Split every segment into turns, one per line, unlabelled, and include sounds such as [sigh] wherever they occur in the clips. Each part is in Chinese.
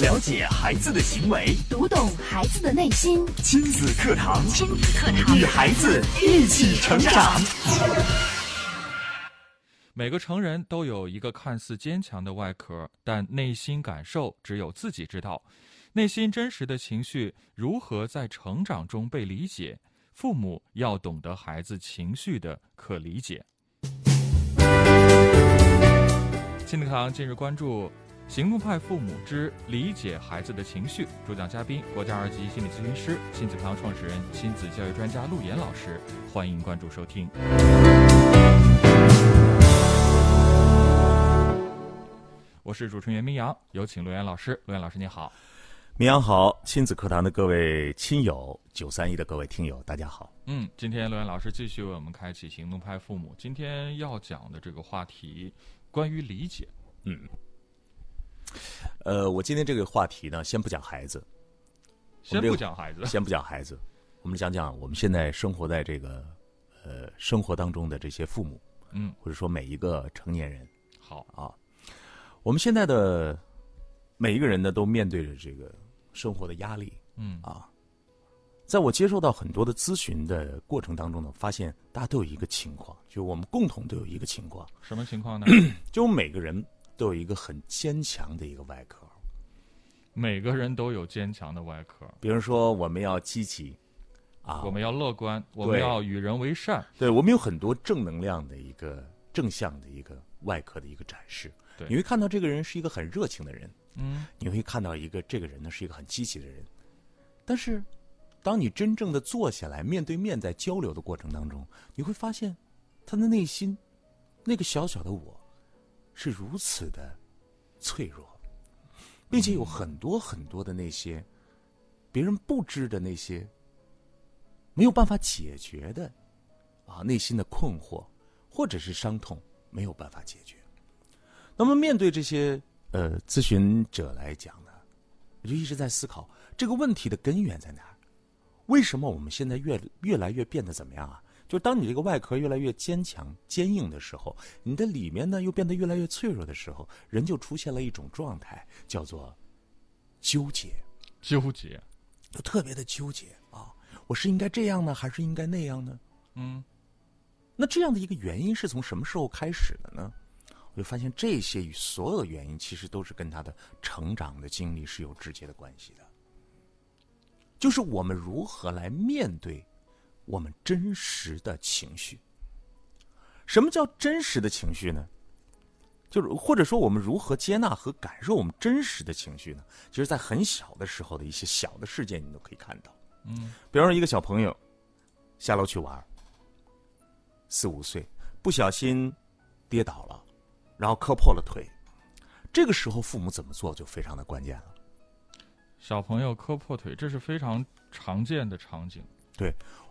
了解孩子的行为，
读懂孩子的内心，
亲子课堂，
亲子课堂
与孩子一起成长。
每个成人都有一个看似坚强的外壳，但内心感受只有自己知道。内心真实的情绪如何在成长中被理解？父母要懂得孩子情绪的可理解。亲子课堂近日关注《行动派父母之理解孩子的情绪》，主讲嘉宾国家二级心理咨询师、亲子课堂创始人、亲子教育专家陆岩老师，欢迎关注收听。我是主持人袁明阳，有请陆岩老师。陆岩老师，你好。
明阳好，亲子课堂的各位亲友，九三一的各位听友，大家好。
嗯，今天陆岩老师继续为我们开启行动派父母。今天要讲的这个话题，关于理解。
呃，我今天这个话题呢，先不讲孩子，
先不讲孩子，
先不讲孩子，我们讲讲我们现在生活在这个呃生活当中的这些父母，
嗯，
或者说每一个成年人，
好，
我们现在的每一个人呢，都面对着这个生活的压力。
嗯
啊，在我接受到很多的咨询的过程当中呢，发现大家都有一个情况，就我们共同都有一个情况，
什么情
[laughs]
况呢？
就我们每个人都有一个很坚强的一个外壳。
每个人都有坚强的外壳，
比如说，我们要积极啊，
我们要乐观，我们要与人为善。
对我们有很多正能量的一个正向的一个外壳的一个展示。
对
你会看到这个人是一个很热情的人，
嗯，
你会看到一个这个人呢是一个很积极的人，但是，当你真正的坐下来面对面在交流的过程当中，你会发现，他的内心，那个小小的我，是如此的脆弱，并且有很多很多的那些别人不知的那些没有办法解决的啊内心的困惑或者是伤痛没有办法解决。那么面对这些呃咨询者来讲呢，我就一直在思考这个问题的根源在哪儿？为什么我们现在越越来越变得怎么样啊？就当你这个外壳越来越坚强、坚硬的时候，你的里面呢又变得越来越脆弱的时候，人就出现了一种状态，叫做纠结。
纠结。
就特别的纠结啊，我是应该这样呢，还是应该那样呢？
嗯，
那这样的一个原因是从什么时候开始的呢？我就发现这些与所有的原因其实都是跟他的成长的经历是有直接的关系的，就是我们如何来面对我们真实的情绪。什么叫真实的情绪呢？就是或者说我们如何接纳和感受我们真实的情绪呢？其实，在很小的时候的一些小的事件，你都可以看到。
嗯，
比方说一个小朋友下楼去玩儿，四五岁不小心跌倒了，然后磕破了腿，这个时候父母怎么做就非常的关键了。
小朋友磕破腿，这是非常常见的场景。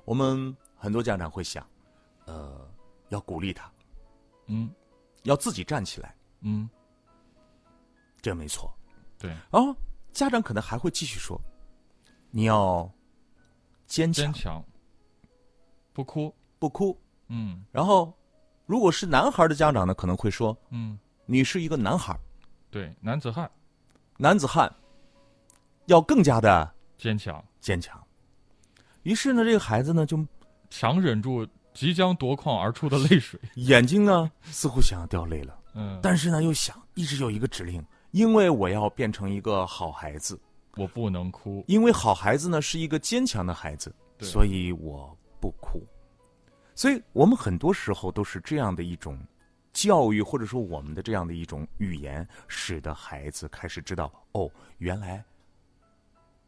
我们很多家长会想，呃，要鼓励他，
嗯
要自己站起来，
嗯，
这没错。
对，
然后家长可能还会继续说，你要坚
坚
强，
强，不哭。
不哭。
嗯
然后，如果是男孩的家长呢，可能会说，
嗯，
你是一个男孩儿，
对，男子汉
男子汉要更加的
坚强，
坚强。于是呢，这个孩子呢，就
强忍住即将夺眶而出的泪水。 [laughs]
眼睛呢似乎想要掉泪了，
嗯，
但是呢又想一直有一个指令，因为我要变成一个好孩子，
我不能哭。
因为好孩子呢是一个坚强的孩子，
对
所以我不哭。所以我们很多时候都是这样的一种教育，或者说我们的这样的一种语言，使得孩子开始知道哦，原来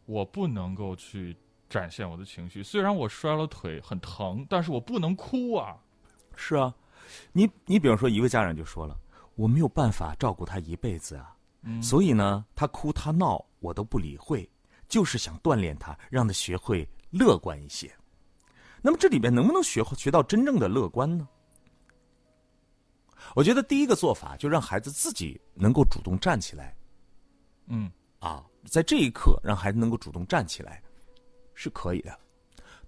我不能够去展现我的情绪。虽然我摔了腿很疼，但是我不能哭啊。
是啊，你你比如说，一位家长就说了，我没有办法照顾他一辈子啊，
嗯
所以呢，他哭他闹我都不理会，就是想锻炼他，让他学会乐观一些。那么这里边能不能学会学到真正的乐观呢？我觉得第一个做法就让孩子自己能够主动站起来
嗯，
啊，在这一刻让孩子能够主动站起来是可以的，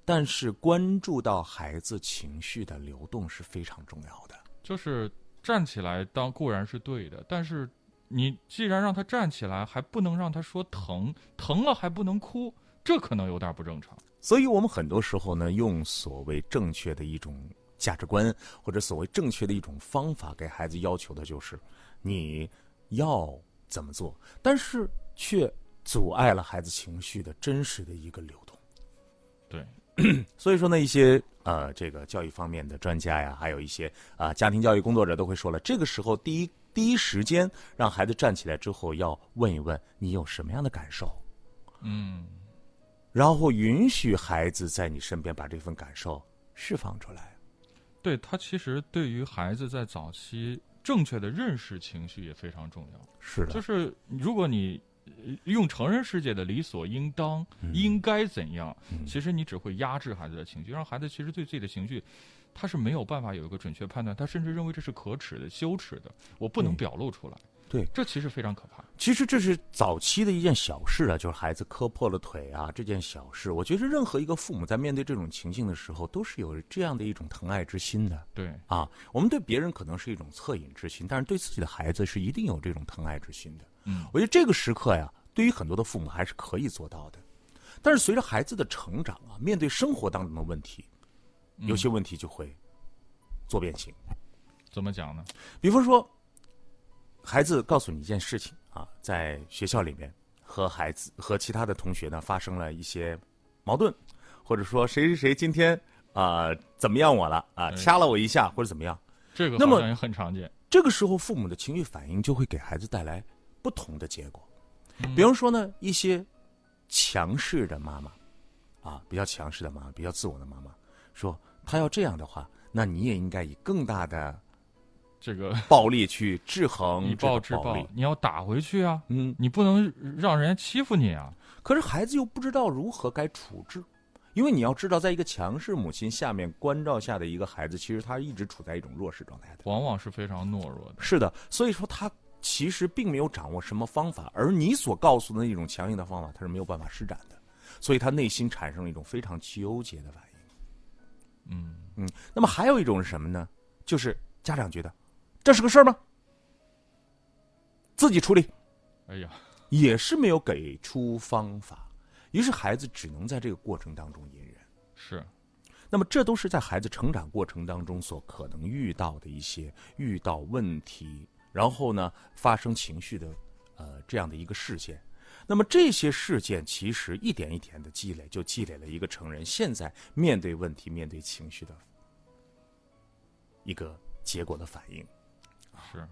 但是关注到孩子情绪的流动是非常重要的。
就是站起来当固然是对的，但是你既然让他站起来，还不能让他说疼，疼了还不能哭，这可能有点不正常。
所以，我们很多时候呢，用所谓正确的一种价值观，或者所谓正确的一种方法，给孩子要求的就是你要怎么做，但是却阻碍了孩子情绪的真实的一个流动。
对，
所以说呢，一些呃这个教育方面的专家呀，还有一些啊、家庭教育工作者都会说了，这个时候第一第一时间让孩子站起来之后，要问一问你有什么样的感受，
嗯，
然后允许孩子在你身边把这份感受释放出来。
对他其实对于孩子在早期正确的认识情绪也非常重要。
是的，
就是如果你呃用成人世界的理所应当、
嗯
应该怎样，其实你只会压制孩子的情绪，让孩子其实对自己的情绪，他是没有办法有一个准确判断，他甚至认为这是可耻的、羞耻的，我不能表露出来。
对
这其实非常可怕。
其实这是早期的一件小事啊，就是孩子磕破了腿啊这件小事。我觉得任何一个父母在面对这种情境的时候，都是有这样的一种疼爱之心的
对，
啊。我们对别人可能是一种恻隐之心，但是对自己的孩子是一定有这种疼爱之心的。
嗯，
我觉得这个时刻呀，对于很多的父母还是可以做到的。但是随着孩子的成长啊，面对生活当中的问题，有些问题就会做变形。
怎么讲呢？
比方说，孩子告诉你一件事情啊，在学校里面和孩子和其他的同学呢发生了一些矛盾，或者说谁谁谁今天啊、怎么样我了啊，掐了我一下或者怎么样，
这个
那么
好像也很常见。
这个时候父母的情绪反应就会给孩子带来不同的结果。比方说呢，一些强势的妈妈，啊，比较强势的妈妈，比较自我的妈妈，说她要这样的话，那你也应该以更大的 [laughs]
这个
暴力去制衡
以
嗯这
暴
个
制
暴
暴
力，
你要打回去啊！
嗯，
你不能让人家欺负你啊！
可是孩子又不知道如何该处置，因为你要知道，在一个强势母亲下面关照下的一个孩子，其实他一直处在一种弱势状态的。
往往是非常懦弱的。
是的，所以说他其实并没有掌握什么方法，而你所告诉的那种强硬的方法，他是没有办法施展的，所以他内心产生了一种非常纠结的反应。
嗯，
嗯，那么还有一种是什么呢？就是家长觉得这是个事儿吗？自己处理，
哎呀，
也是没有给出方法，于是孩子只能在这个过程当中隐忍。
是
那么，这都是在孩子成长过程当中所可能遇到的一些遇到问题，然后呢发生情绪的，呃这样的一个事件。那么这些事件其实一点一点的积累，就积累了一个成人现在面对问题、面对情绪的一个结果的反应。
是，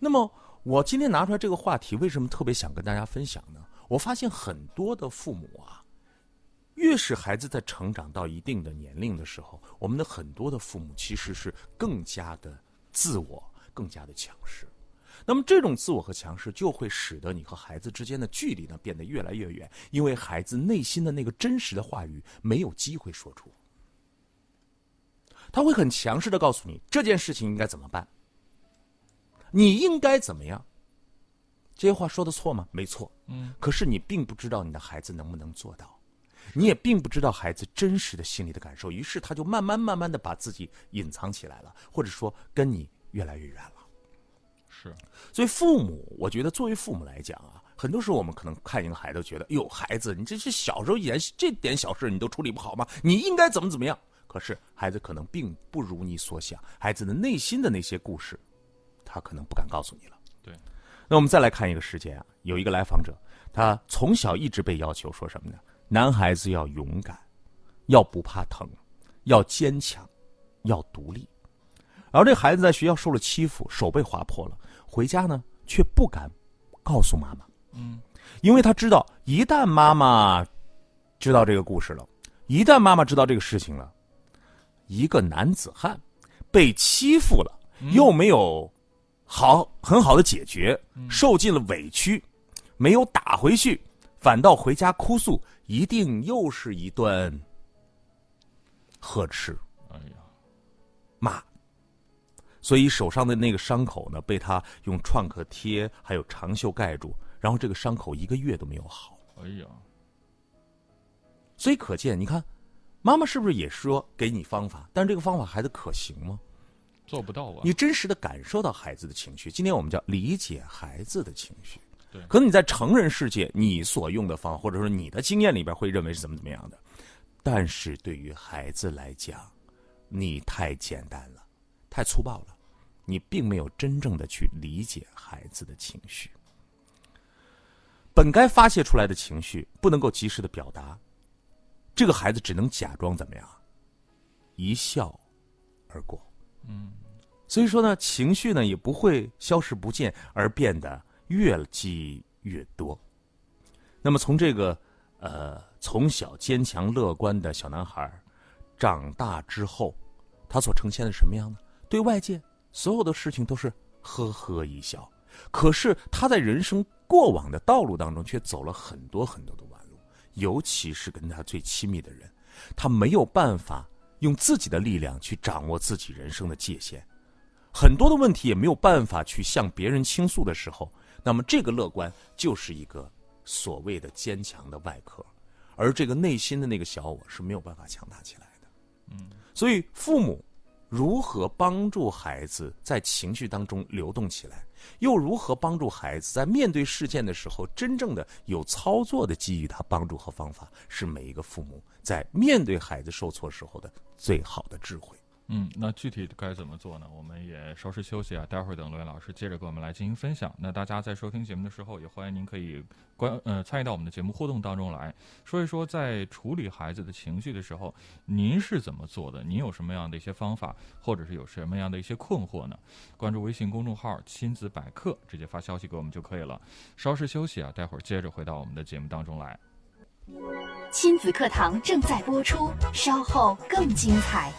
那么我今天拿出来这个话题，为什么特别想跟大家分享呢？我发现很多的父母啊，越是孩子在成长到一定的年龄的时候，我们的很多的父母其实是更加的自我，更加的强势。那么这种自我和强势，就会使得你和孩子之间的距离呢变得越来越远，因为孩子内心的那个真实的话语没有机会说出。他会很强势的告诉你这件事情应该怎么办，你应该怎么样？这些话说的错吗？没错。
嗯，
可是你并不知道你的孩子能不能做到，你也并不知道孩子真实的心理的感受，于是他就慢慢慢慢的把自己隐藏起来了，或者说跟你越来越远了。
是，
所以父母，我觉得作为父母来讲啊，很多时候我们可能看一个孩子，觉得，哟，孩子，你这是小时候也这点小事你都处理不好吗？你应该怎么怎么样？可是孩子可能并不如你所想，孩子的内心的那些故事，他可能不敢告诉你了。
对，
那我们再来看一个事件啊，有一个来访者，他从小一直被要求说什么呢？男孩子要勇敢，要不怕疼，要坚强，要独立。而这孩子在学校受了欺负，手被划破了，回家呢却不敢告诉妈妈，
嗯，
因为他知道一旦妈妈知道这个故事了，一旦妈妈知道这个事情了，一个男子汉被欺负了，又没有好很好的解决，受尽了委屈，没有打回去，反倒回家哭诉，一定又是一顿呵斥。
哎呀，
骂。所以手上的那个伤口呢，被他用创可贴还有长袖盖住，然后这个伤口一个月都没有好。
哎呀，
所以可见，你看，妈妈是不是也说给你方法？但是这个方法孩子可行吗？
做不到啊。
你真实的感受到孩子的情绪。今天我们叫理解孩子的情绪。
对
可能你在成人世界，你所用的方，或者说你的经验里边，会认为是怎么怎么样的。但是对于孩子来讲，你太简单了，太粗暴了，你并没有真正的去理解孩子的情绪。本该发泄出来的情绪不能够及时的表达，这个孩子只能假装怎么样，一笑而过。所以说呢，情绪呢也不会消失不见，而变得越积越多。那么从这个呃从小坚强乐观的小男孩儿，长大之后，他所呈现的什么样呢？对外界所有的事情都是呵呵一笑，可是他在人生过往的道路当中却走了很多很多的弯路，尤其是跟他最亲密的人，他没有办法用自己的力量去掌握自己人生的界限。很多的问题也没有办法去向别人倾诉的时候，那么这个乐观就是一个所谓的坚强的外壳，而这个内心的那个小我是没有办法强大起来的。嗯，所以父母如何帮助孩子在情绪当中流动起来，又如何帮助孩子在面对事件的时候，真正的有操作的给予他帮助和方法，是每一个父母在面对孩子受挫时候的最好的智慧。
嗯，那具体该怎么做呢？我们也稍事休息啊，待会儿等罗源老师接着给我们来进行分享。那大家在收听节目的时候，也欢迎您可以关呃参与到我们的节目互动当中来，说一说在处理孩子的情绪的时候，您是怎么做的？您有什么样的一些方法，或者是有什么样的一些困惑呢？关注微信公众号“亲子百科”，直接发消息给我们就可以了。稍事休息啊，待会儿接着回到我们的节目当中来。
亲子课堂正在播出，稍后更精彩。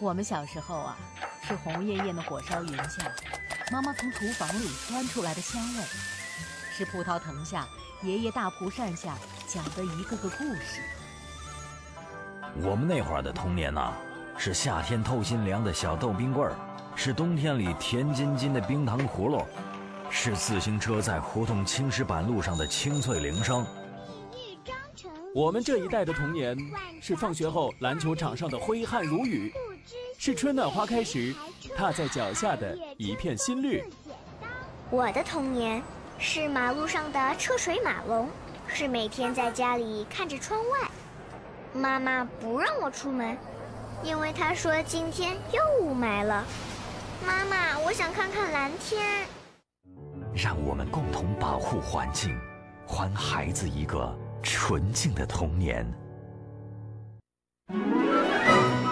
我们小时候啊，是红艳艳的火烧云下，妈妈从厨房里端出来的香味；是葡萄藤下，爷爷大蒲扇下讲的一个个故事。
我们那会儿的童年呐、是夏天透心凉的小豆冰棍儿，是冬天里甜津津的冰糖葫芦，是自行车在胡同青石板路上的清脆铃声。
我们这一代的童年是放学后篮球场上的挥汗如雨，是春暖花开时踏在脚下的一片新绿。
我的童年是马路上的车水马龙，是每天在家里看着窗外。妈妈不让我出门，因为她说今天又雾霾了。妈妈，我想看看蓝天。
让我们共同保护环境，还孩子一个纯净的童年。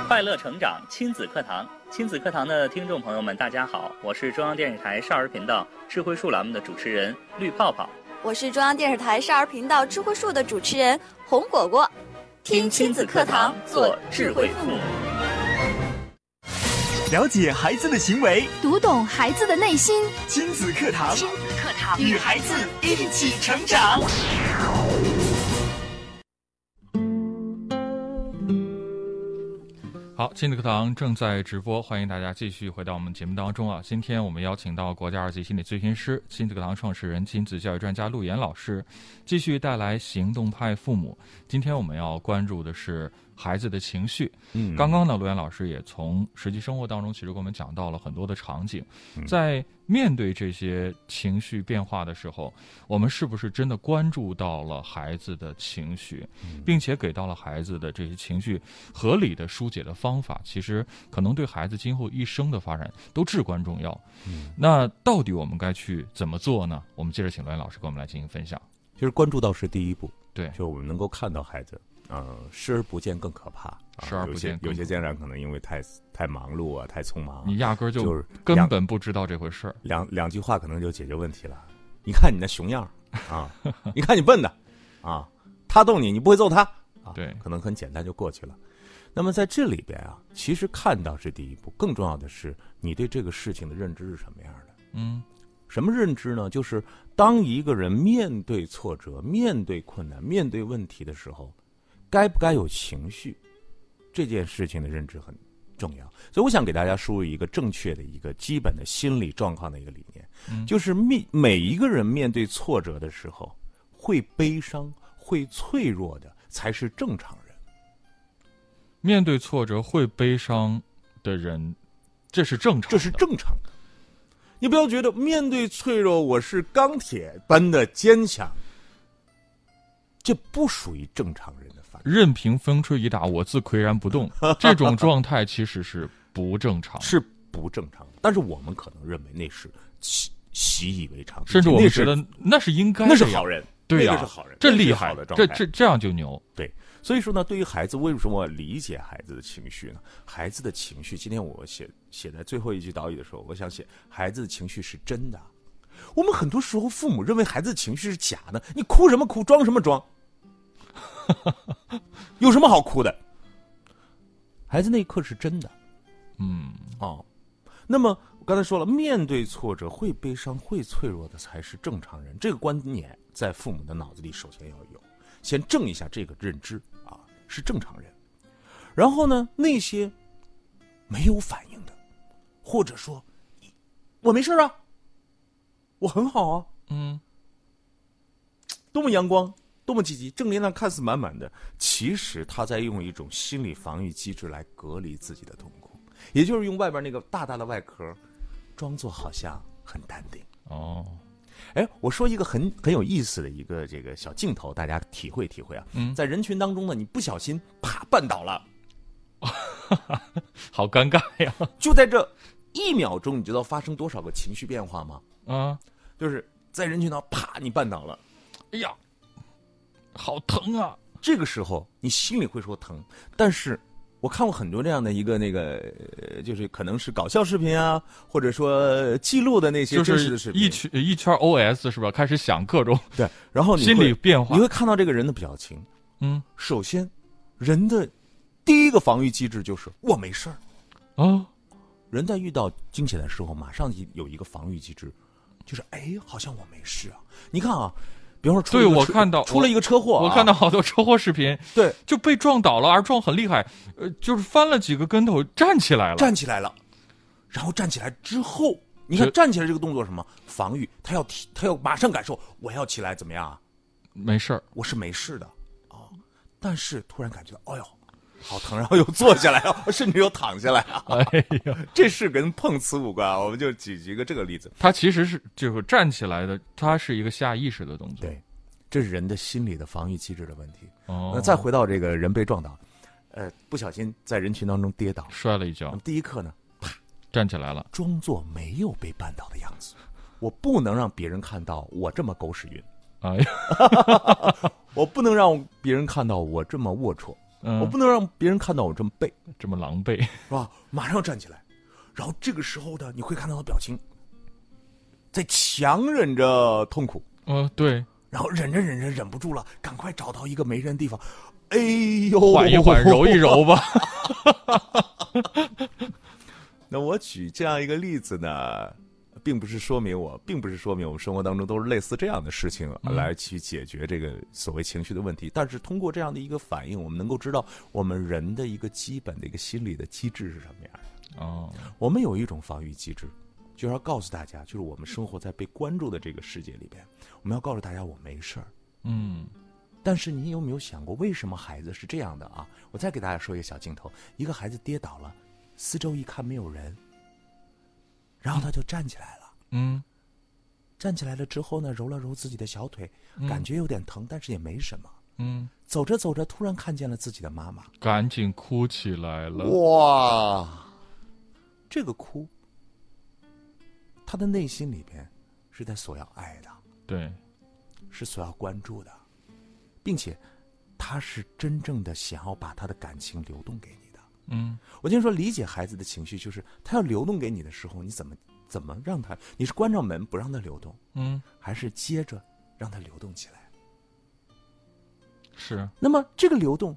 快乐成长亲子课堂，亲子课堂的听众朋友们，大家好，我是中央电视台少儿频道智慧树栏目的主持人绿泡泡。
我是中央电视台少儿频道智慧树的主持人红果果，听亲子课堂，做智慧父母。
母。
了解孩子的行为，
读懂孩子的内心，
亲子课堂
亲子课堂
与孩子一起成长。
好，亲子课堂正在直播，欢迎大家继续回到我们节目当中啊！今天我们邀请到国家二级心理咨询师、亲子课堂创始人、亲子教育专家陆岩老师，继续带来行动派父母。今天我们要关注的是孩子的情绪。
嗯
刚刚呢，陆岩老师也从实际生活当中其实给我们讲到了很多的场景，
嗯
在面对这些情绪变化的时候，我们是不是真的关注到了孩子的情绪，
嗯
并且给到了孩子的这些情绪合理的疏解的方法？其实可能对孩子今后一生的发展都至关重要。
嗯
那到底我们该去怎么做呢？我们接着请罗岩老师给我们来进行分享。
其实关注到是第一步，
对
就是我们能够看到孩子，嗯、视而不见更可怕。啊
视而不见
有
更
些有些
可
家长可能因为太太忙碌啊，太匆忙啊、
你压根儿
就是
根
两
本不知道这回事儿。
两两句话可能就解决问题了。你看你那熊样儿啊，你看你笨的啊，他动你，你不会揍他啊，
对
可能很简单就过去了。那么在这里边啊，其实看到是第一步，更重要的是你对这个事情的认知是什么样的。
嗯
什么认知呢？就是当一个人面对挫折、面对困难、面对问题的时候，该不该有情绪，这件事情的认知很重要。所以，我想给大家输入一个正确的一个基本的心理状况的一个理念，就是面每一个人面对挫折的时候，会悲伤、会脆弱的才是正常人。
面对挫折会悲伤的人，这是正常的，
这是正常的。你不要觉得面对脆弱，我是钢铁般的坚强，这不属于正常人的范围。
任凭风吹雨打，我自岿然不
[laughs]
动。这种状态其实是不正常，
是不正常的。但是我们可能认为那是习习以为常，
甚至我们
那
觉
是
得那是应该的呀，
那是好人，
对呀、
那个是好人，
这
那是
厉
好
害
的，状
这
态
这这样就牛。
对，所以说呢，对于孩子，为什么理解孩子的情绪呢？孩子的情绪，今天我写写在最后一句导语的时候，我想写孩子的情绪是真的。我们很多时候，父母认为孩子的情绪是假的，你哭什么哭，装什么装， [laughs] 有什么好哭的？孩子那一刻是真的
嗯，
哦。那么我刚才说了，面对挫折会悲伤、会脆弱的才是正常人，这个观念在父母的脑子里首先要有。先正一下这个认知啊，是正常人。然后呢，那些没有反应的，或者说我没事啊，我很好啊，
嗯，
多么阳光，多么积极，正能量看似满满的，其实他在用一种心理防御机制来隔离自己的痛苦，也就是用外边那个大大的外壳，装作好像很淡定。
哦，
哎，我说一个很很有意思的一个这个小镜头，大家体会体会啊。
嗯
在人群当中呢，你不小心啪绊倒了，
好尴尬
[laughs]
呀！
就在这一秒钟，你知道发生多少个情绪变化吗？
啊，
就是在人群当中啪你绊倒了，
哎呀，好疼啊！
这个时候你心里会说疼，但是我看过很多这样的一个那个，呃就是可能是搞笑视频啊，或者说呃记录的那些
就
真实的视
是
频，
一圈一圈 OS 是吧？开始想各种， [laughs]
对，然后你
心
会
理变化
你会看到这个人的表情，
嗯
首先，人的第一个防御机制就是我没事儿。
啊，
人在遇到惊险的时候，马上有一个防御机制，就是哎，好像我没事啊。你看啊，比方说出了
对
一个
我
车
看到
出了一个车祸啊、
我看到好多车祸视频，
对
就被撞倒了，而撞很厉害，呃，就是翻了几个跟头站起来了。
站起来了，然后站起来之后，你看
这
站起来这个动作是什么防御，他要提，他要马上感受我要起来怎么样啊？
没事儿，
我是没事的啊、但是突然感觉到，哎呦，好疼，然后又坐下来 [laughs] 啊，甚至又躺下来啊。
哎呀，
[laughs] 这是跟碰瓷无关啊，我们就举一个这个例子。
他其实是就是站起来的，他是一个下意识的动作。
对，这是人的心理的防御机制的问题。
哦，
那再回到这个人被撞倒，呃，不小心在人群当中跌倒，
摔了一
那
跤
么，第一课呢，
站起来了。
装作没有被绊倒的样子，我不能让别人看到我这么狗屎运， [laughs]
哎呀，
我不能让别人看到我这么龌龊，
嗯、
我不能让别人看到我这么背，
这么
[laughs]
狼狈，
是吧？马上站起来，然后这个时候呢，你会看到他表情，在强忍着痛苦。
嗯、对，
然后忍着忍着忍不住了，赶快找到一个没人的地方，哎呦，
缓一缓，揉一。揉吧。
[laughs] 那我举这样一个例子呢，并不是说明我，并不是说明我们生活当中都是类似这样的事情
嗯
来去解决这个所谓情绪的问题，但是通过这样的一个反应，我们能够知道我们人的一个基本的一个心理的机制是什么样的。
哦，
我们有一种防御机制，就是要告诉大家，就是我们生活在被关注的这个世界里边，我们要告诉大家我没事儿。
嗯，
但是你有没有想过，为什么孩子是这样的啊？我再给大家说一个小镜头：一个孩子跌倒了，四周一看没有人，然后他就站起来了。
嗯，
站起来了之后呢，揉了揉自己的小腿，感觉有点疼，但是也没什么。
嗯，
走着走着，突然看见了自己的妈妈，
赶紧哭起来
哦
了。
哇！这个哭，他的内心里边是在索要爱的，
对，
是所要关注的，并且他是真正的想要把他的感情流动给你的。
嗯，
我经常说，理解孩子的情绪就是他要流动给你的时候，你怎么怎么让他？你是关上门不让他流动，
嗯，
还是接着让他流动起来？
是，
那么这个流动，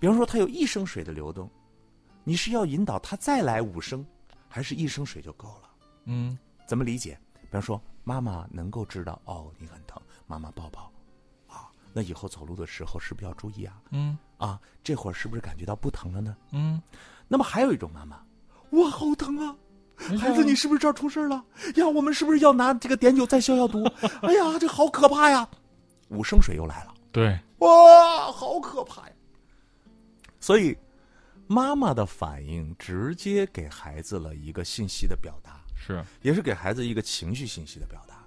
比方说他有一升水的流动，你是要引导他再来五升，还是一升水就够了？
嗯，
怎么理解？比方说，妈妈能够知道哦，你很疼，妈妈抱抱，啊，那以后走路的时候是不是要注意啊？
嗯，
啊，这会儿是不是感觉到不疼了呢？
嗯，
那么还有一种妈妈，哇，好疼啊！孩子，你是不是这儿出事儿了？呀，我们是不是要拿这个碘酒再消消毒？哎呀，这好可怕呀！五升水又来了，
对，
哇，好可怕呀！所以，妈妈的反应直接给孩子了一个信息的表达，
是
也是给孩子一个情绪信息的表达。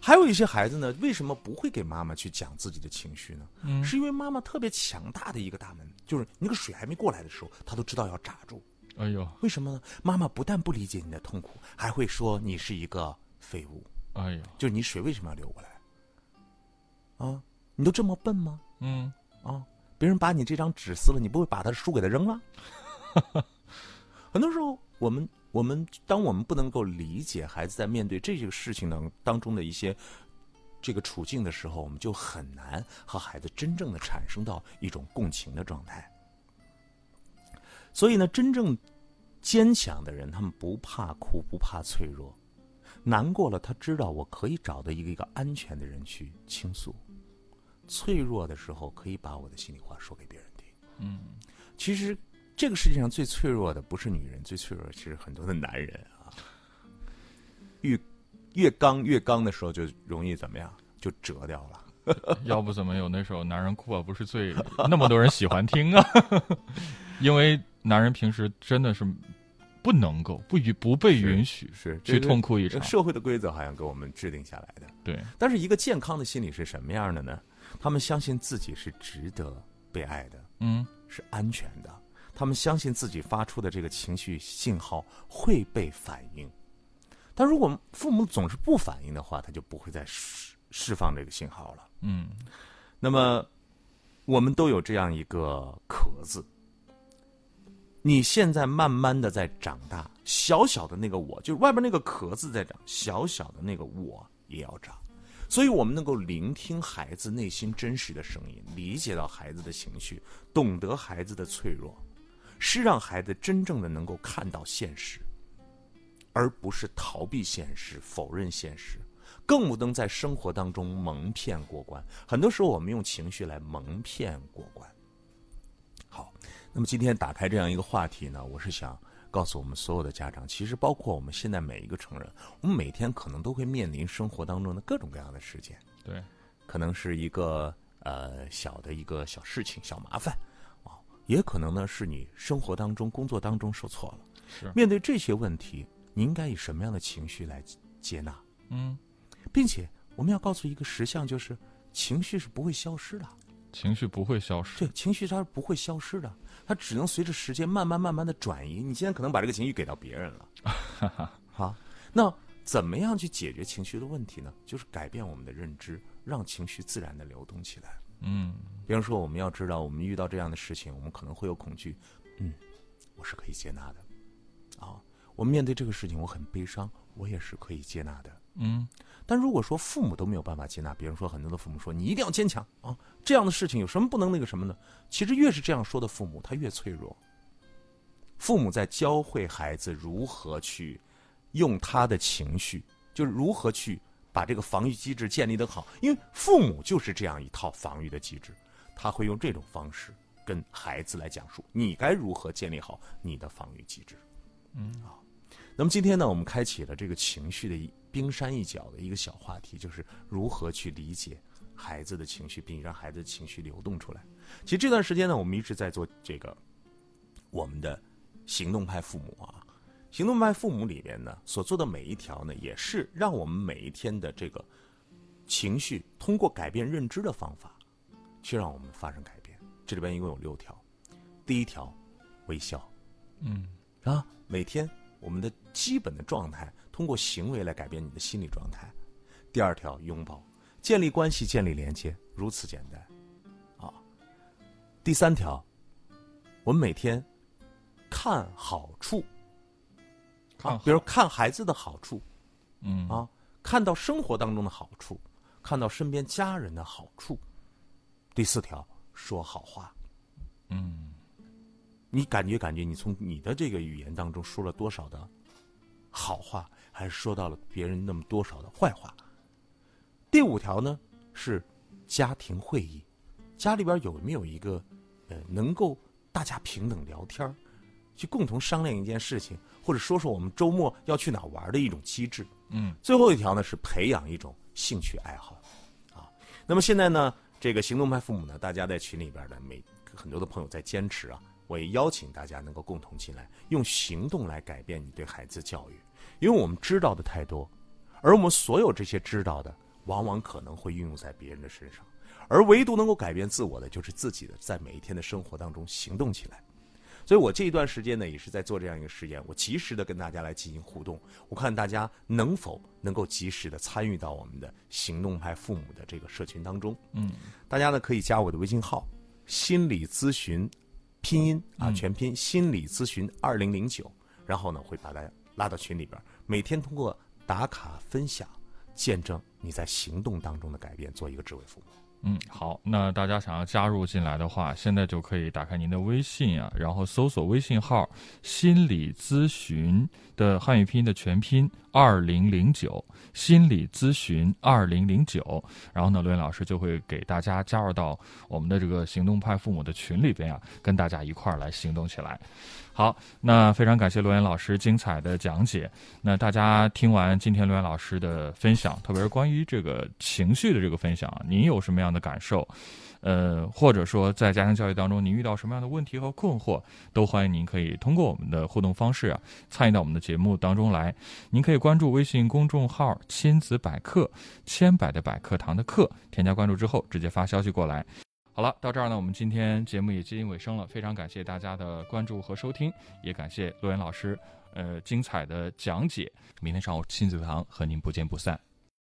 还有一些孩子呢，为什么不会给妈妈去讲自己的情绪呢？是因为妈妈特别强大的一个大门，就是那个水还没过来的时候，他都知道要闸住。
哎呦，
为什么呢？妈妈不但不理解你的痛苦，还会说你是一个废物，
哎呦，
就是你水为什么要流过来？啊，你都这么笨吗？
嗯，
啊，别人把你这张纸撕了，你不会把他书给他扔了？很多时候，我们我们当我们不能够理解孩子在面对这些事情当当中的一些这个处境的时候，我们就很难和孩子真正的产生到一种共情的状态。所以呢，真正坚强的人，他们不怕哭，不怕脆弱，难过了，他知道我可以找到一个一个安全的人去倾诉。脆弱的时候，可以把我的心里话说给别人听。
嗯，
其实这个世界上最脆弱的不是女人，最脆弱的其实很多的男人啊。越越刚越刚的时候，就容易怎么样？就折掉了。
要不怎么有那首《男人哭啊不是罪》那么多人喜欢听啊？ [laughs] 因为男人平时真的是不能够不允不被允许
是
去痛哭一
这
场
个，社会的规则好像给我们制定下来的。
对，
但是一个健康的心理是什么样的呢？他们相信自己是值得被爱的，
嗯，
是安全的。他们相信自己发出的这个情绪信号会被反应，但如果父母总是不反应的话，他就不会再释释放这个信号了。
嗯，
那么，我们都有这样一个“壳”字。你现在慢慢的在长大，小小的那个我，就是外边那个“壳”字在长，小小的那个我也要长。所以，我们能够聆听孩子内心真实的声音，理解到孩子的情绪，懂得孩子的脆弱，是让孩子真正的能够看到现实，而不是逃避现实、否认现实，更不能在生活当中蒙骗过关。很多时候，我们用情绪来蒙骗过关。好，那么今天打开这样一个话题呢，我是想告诉我们所有的家长，其实包括我们现在每一个成人，我们每天可能都会面临生活当中的各种各样的事件。
对，
可能是一个呃小的一个小事情、小麻烦啊，也可能呢是你生活当中、工作当中受挫了。
是
面对这些问题，你应该以什么样的情绪来接纳？
嗯，
并且我们要告诉一个实相，就是情绪是不会消失的。
情绪不会消失
对，，情绪它是不会消失的，它只能随着时间慢慢慢慢的转移。你今天可能把这个情绪给到别人了，好，那怎么样去解决情绪的问题呢？就是改变我们的认知，让情绪自然的流动起来。
嗯，
比方说，我们要知道，我们遇到这样的事情，我们可能会有恐惧，嗯，我是可以接纳的，啊，我面对这个事情，我很悲伤，我也是可以接纳的，
嗯，
但如果说父母都没有办法接纳，比如说很多的父母说你一定要坚强啊，这样的事情有什么不能那个什么呢？其实越是这样说的父母，他越脆弱。父母在教会孩子如何去用他的情绪，就是如何去把这个防御机制建立得好，因为父母就是这样一套防御的机制，他会用这种方式跟孩子来讲述你该如何建立好你的防御机制。啊那么今天呢，我们开启了这个情绪的一冰山一角的一个小话题，就是如何去理解孩子的情绪，并让孩子的情绪流动出来。其实这段时间呢，我们一直在做这个我们的行动派父母啊，行动派父母里边呢所做的每一条呢，也是让我们每一天的这个情绪通过改变认知的方法，去让我们发生改变。这里边一共有六条，第一条，微笑。
嗯
啊，每天我们的基本的状态，通过行为来改变你的心理状态。第二条，拥抱，建立关系，建立连接，如此简单，啊。第三条，我们每天看好处，
看
啊
好，
比如看孩子的好处，
嗯
啊，看到生活当中的好处，看到身边家人的好处。第四条，说好话，
嗯，
你感觉感觉你从你的这个语言当中说了多少的好话，还是说到了别人那么多少的坏话？第五条呢是家庭会议，家里边有没有一个呃能够大家平等聊天儿去共同商量一件事情，或者说说我们周末要去哪儿玩的一种机制？
嗯，
最后一条呢是培养一种兴趣爱好。那么现在呢，这个行动派父母呢，大家在群里边呢，每很多的朋友在坚持啊，我也邀请大家能够共同进来，用行动来改变你对孩子教育，因为我们知道的太多，而我们所有这些知道的，往往可能会运用在别人的身上，而唯独能够改变自我的，就是自己的在每一天的生活当中行动起来。所以我这一段时间呢，也是在做这样一个实验，我及时的跟大家来进行互动，我看大家能否能够及时的参与到我们的行动派父母的这个社群当中。
嗯，
大家呢可以加我的微信号，心理咨询，拼音啊，
嗯
全拼心理咨询二零零九，然后呢会把大家拉到群里边儿，每天通过打卡分享，见证你在行动当中的改变，做一个智慧父母。
嗯，好，那大家想要加入进来的话，现在就可以打开您的微信啊，然后搜索微信号“心理咨询”的汉语拼音的全拼二零零九，心理咨询二零零九。然后呢，罗云老师就会给大家加入到我们的这个行动派父母的群里边啊，跟大家一块儿来行动起来。好，那非常感谢罗岩老师精彩的讲解。那大家听完今天罗岩老师的分享，特别是关于这个情绪的这个分享，您有什么样的感受？呃，或者说在家庭教育当中，您遇到什么样的问题和困惑，都欢迎您可以通过我们的互动方式啊，参与到我们的节目当中来。您可以关注微信公众号“亲子百科”，千百的百课堂的课，添加关注之后直接发消息过来。好了，到这儿呢，我们今天节目也接近尾声了，非常感谢大家的关注和收听，也感谢陆岩老师，呃，精彩的讲解。明天上午亲子课堂和您不见不散，